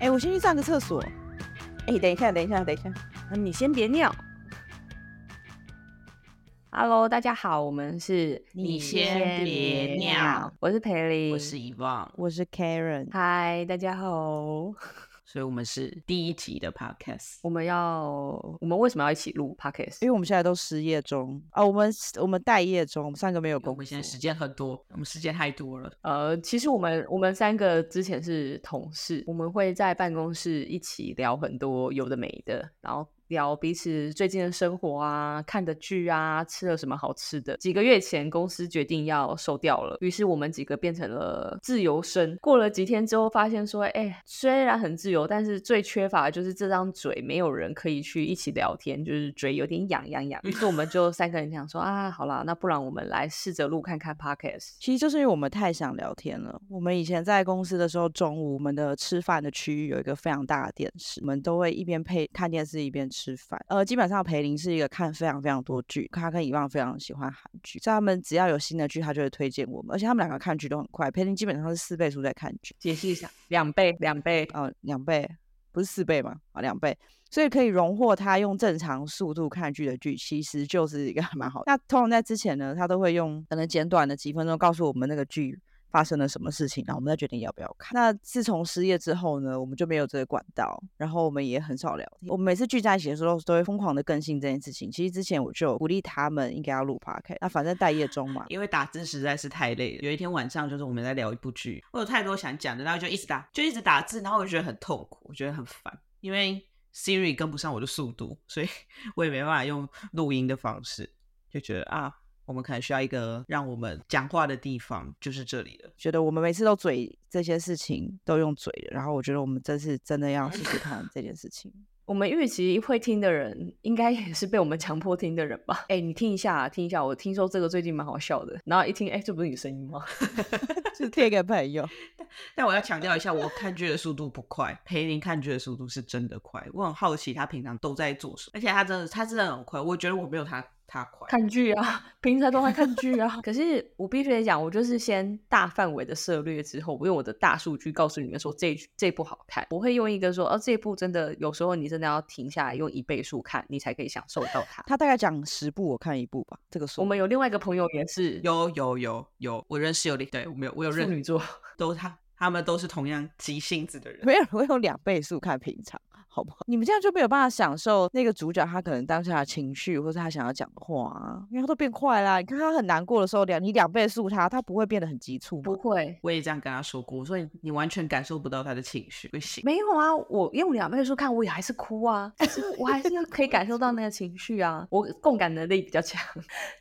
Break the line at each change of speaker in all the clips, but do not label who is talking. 哎、我先去上个厕所。哎、等一下，等一下，等一下。
你先别尿。Hello，大家好，我们是
你先别尿，
我是培林，
我是遗忘，
我是 Karen，
嗨，大家好。
所以我们是第一集的 podcast。
我们要，我们为什么要一起录 podcast？
因为我们现在都失业中啊，我们我们待业中，我们三个没有
我
工
们现在时
作。
间很多，我们时间太多了。
呃，其实我们我们三个之前是同事，我们会在办公室一起聊很多有的没的，然后聊彼此最近的生活啊、看的剧啊、吃了什么好吃的。几个月前，公司决定要收掉了，于是我们几个变成了自由身。过了几天之后，发现说，哎，虽然很自由，但是最缺乏的就是这张嘴，没有人可以去一起聊天，就是嘴有点痒痒痒。于是我们就三个人想说，啊，好啦，那不然我们来试着录看看 podcast。
其实就是因为我们太想聊天了。我们以前在公司的时候，中午我们的吃饭的区域有一个非常大的电视，我们都会一边配看电视一边吃饭。呃，基本上培林是一个看非常非常多剧，他跟以望非常喜欢韩剧，所以他们只要有新的剧，他就会推荐我们。而且他们两个看剧都很快，培林基本上是四倍速在看剧。
解释一下，两倍，两倍。
呃两倍，不是四倍嘛，啊两倍，所以可以荣获他用正常速度看剧的剧，其实就是一个还蛮好的。那通常在之前呢，他都会用可能简短的几分钟告诉我们那个剧。发生了什么事情，然后我们再决定要不要看。那自从失业之后呢，我们就没有这个管道，然后我们也很少聊天。我们每次聚在一起的时候，都会疯狂的更新这件事情。其实之前我就有鼓励他们应该要录 p o d 那反正待业中 嘛，
因为打字实在是太累了。有一天晚上，就是我们在聊一部剧，我有太多想讲的，然后就一直打，就一直打字，然后我就觉得很痛苦，我觉得很烦，因为 Siri 跟不上我的速度，所以 我也没办法用录音的方式，就觉得啊，我们可能需要一个让我们讲话的地方，就是这里了。
觉得我们每次都嘴这些事情都用嘴的，然后我觉得我们这次真的要试试看这件事情。
我们预期会听的人，应该也是被我们强迫听的人吧？哎、你听一下、听一下，我听说这个最近蛮好笑的。然后一听，哎、这不是你声音吗？
是贴给朋友。
但我要强调一下，我看剧的速度不快，裴林看剧的速度是真的快。我很好奇他平常都在做什么，而且他真的他真的很快，我觉得我没有他他快。
看剧啊，平常都在看剧啊。可是我必须得讲，我就是先大范围的涉略之后，我用我的大数据告诉你们说这一剧这部好看，我会用一个说，哦、这部真的有时候你真的要停下来用一倍速看，你才可以享受到它。
他大概讲十部，我看一部吧。这个
我
数
哦
们有另外一个朋友也是
有有有有，我认识有点，对我没有我有
处
认
女座，
都他他们都是同样急性子的人。
没有人会用两倍速看平常，好不好？你们这样就没有办法享受那个主角他可能当下的情绪，或是他想要讲的话啊，因为他都变快啦。你看他很难过的时候，两你两倍速他，他不会变得很急促
不
吗？
会，
我也这样跟他说过，所以你完全感受不到他的情绪，不行。
没有啊，我用两倍速看，我也还是哭啊，但是我还是可以感受到那个情绪啊，我共感能力比较强，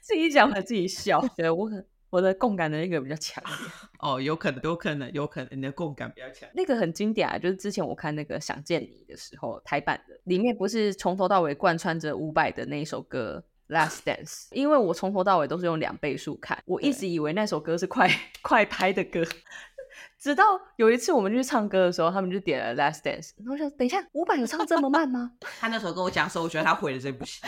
自己讲我自己笑，对我可我的共感能力比较强一点。
哦，有可能，有可能，有可能，你的共感比较强。
那个很经典啊，就是之前我看那个《想见你》的时候，台版的里面不是从头到尾贯穿着伍佰的那一首歌。Last Dance，因为我从头到尾都是用两倍速看，我一
对
直以为那首歌是快快拍的歌，直到有一次我们去唱歌的时候，他们就点了 Last Dance，然后我想等一下，伍佰有唱这么慢吗？
他那时候跟我讲的时候，我觉得他毁了这部戏。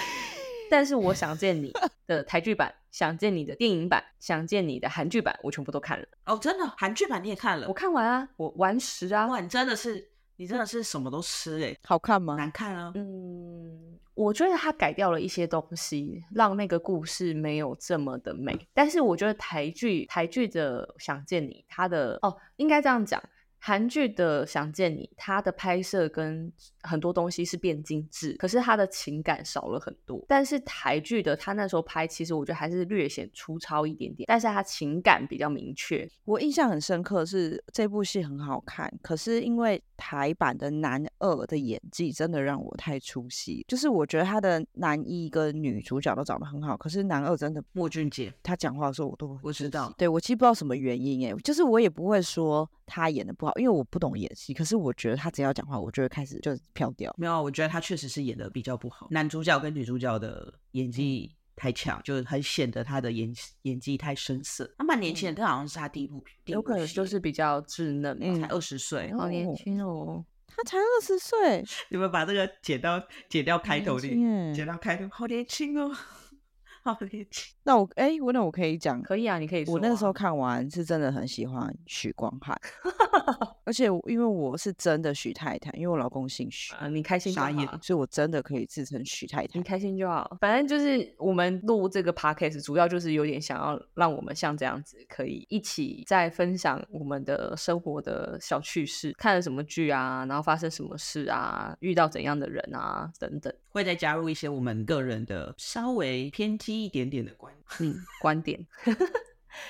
但是我想见你的台剧版，想见你的电影版，想见你的韩剧版，我全部都看了。
哦，真的，韩剧版你也看了
我，看完啊，我完食啊，
哇，你真的是，你真的是什么都吃哎、
好看吗？
难看啊。
嗯，我觉得他改掉了一些东西，让那个故事没有这么的美。但是我觉得台剧台剧的《想见你》，它的哦，应该这样讲，韩剧的《想见你》，它的拍摄跟很多东西是变精致，可是它的情感少了很多。但是台剧的他那时候拍，其实我觉得还是略显粗糙一点点，但是他情感比较明确。
我印象很深刻是这部戏很好看，可是因为台版的男二的演技真的让我太出戏，就是我觉得他的男一跟女主角都长得很好，可是男二真的
莫俊杰，
他讲话的时候我都会
我知
出
道
戏对我其实不知道什么原因哎，就是我也不会说他演的不好，因为我不懂演戏，可是我觉得他只要讲话，我就会开始就飘掉。
没有，我觉得他确实是演的比较不好，男主角跟女主角的演技太强，就是很显得他的演演技太生涩。嗯他蛮年轻的，这好像是他第一部，第一
有
部
可能
戏
就是比较稚嫩嘛，
嗯
才二十岁。
好年
哦
轻哦。
他才二十岁，
你们把这个剪到剪掉开头
很年轻欸
里，
耶
剪到开头，好年轻哦。 好年轻。
那我哎、我那我可以讲，
可以啊，你可以说啊、
我那时候看完是真的很喜欢许光汉，而且我因为我是真的许太太，因为我老公姓许，
啊，你开心就
傻眼
好，
所以我真的可以自称许太太
你。开心就好。反正就是我们录这个 podcast，主要就是有点想要让我们像这样子，可以一起再分享我们的生活的小趣事，看了什么剧啊，然后发生什么事啊，遇到怎样的人啊，等等。
会再加入一些我们个人的稍微偏激一点点的观 点。
嗯，观点。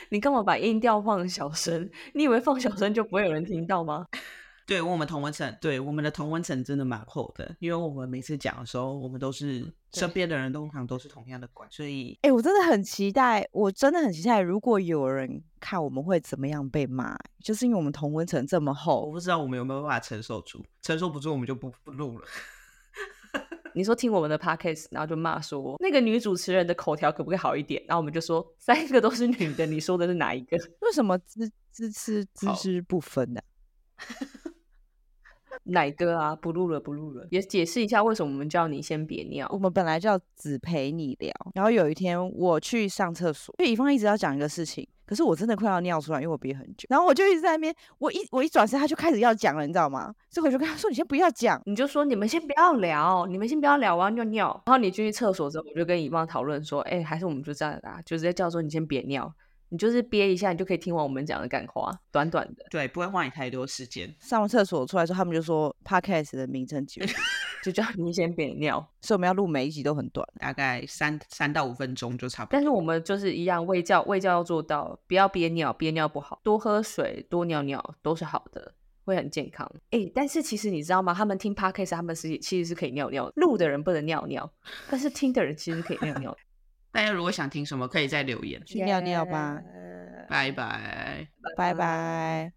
你干嘛把音调放小声？你以为放小声就不会有人听到吗？
对我们同文层，对我们的同文层真的蛮厚的，因为我们每次讲的时候，我们都是
对
身边的人通常都是同样的观，所以
哎、我真的很期待，我真的很期待，如果有人看我们会怎么样被骂，就是因为我们同温层这么
我
厚，
不知道我们有没有办法承受住，承受不住我们就不不录了。
你说听我们的 podcast，然后就骂说那个女主持人的口条可不可以好一点？然后我们就说三个都是女的，你说的是哪一个？
为什么知知知知
好
知不分呢、
奶哥啊，不录了，不录了。也解释一下为什么我们叫你先别尿
我。们本来叫只陪你聊，然后有一天我去上厕所，因为乙方一直要讲一个事情，可是我真的快要尿出来，因为我憋很久，然后我就一直在那边，我一我一转身他就开始要讲了，你知道吗？所以我就跟他说：“你先不要讲。
你就说你们先不要聊，你们先不要聊，我要尿尿。然后你进去厕所之后，我就跟乙方讨论说，哎、还是我们就这样啦、就直接叫说你先别尿，你就是憋一下，你就可以听完我们讲的干话，短短的，
对，不会花你太多时间”。
上完厕所出来之后，他们就说 “podcast 的名称节目
就叫你先别尿。”，
所以我们要录每一集都很短。
大概三三到五分钟就差不多。
但是我们就是一样，喂教喂教要做到，不要憋尿，憋尿不好，多喝水，多尿尿都是好的，会很健康。哎、但是其实你知道吗？他们听 podcast，他们是其实是可以尿尿的，录的人不能尿尿，但是听的人其实可以尿尿的。
大家如果想听什么，可以再留言。
去尿尿吧，
拜拜。
拜拜。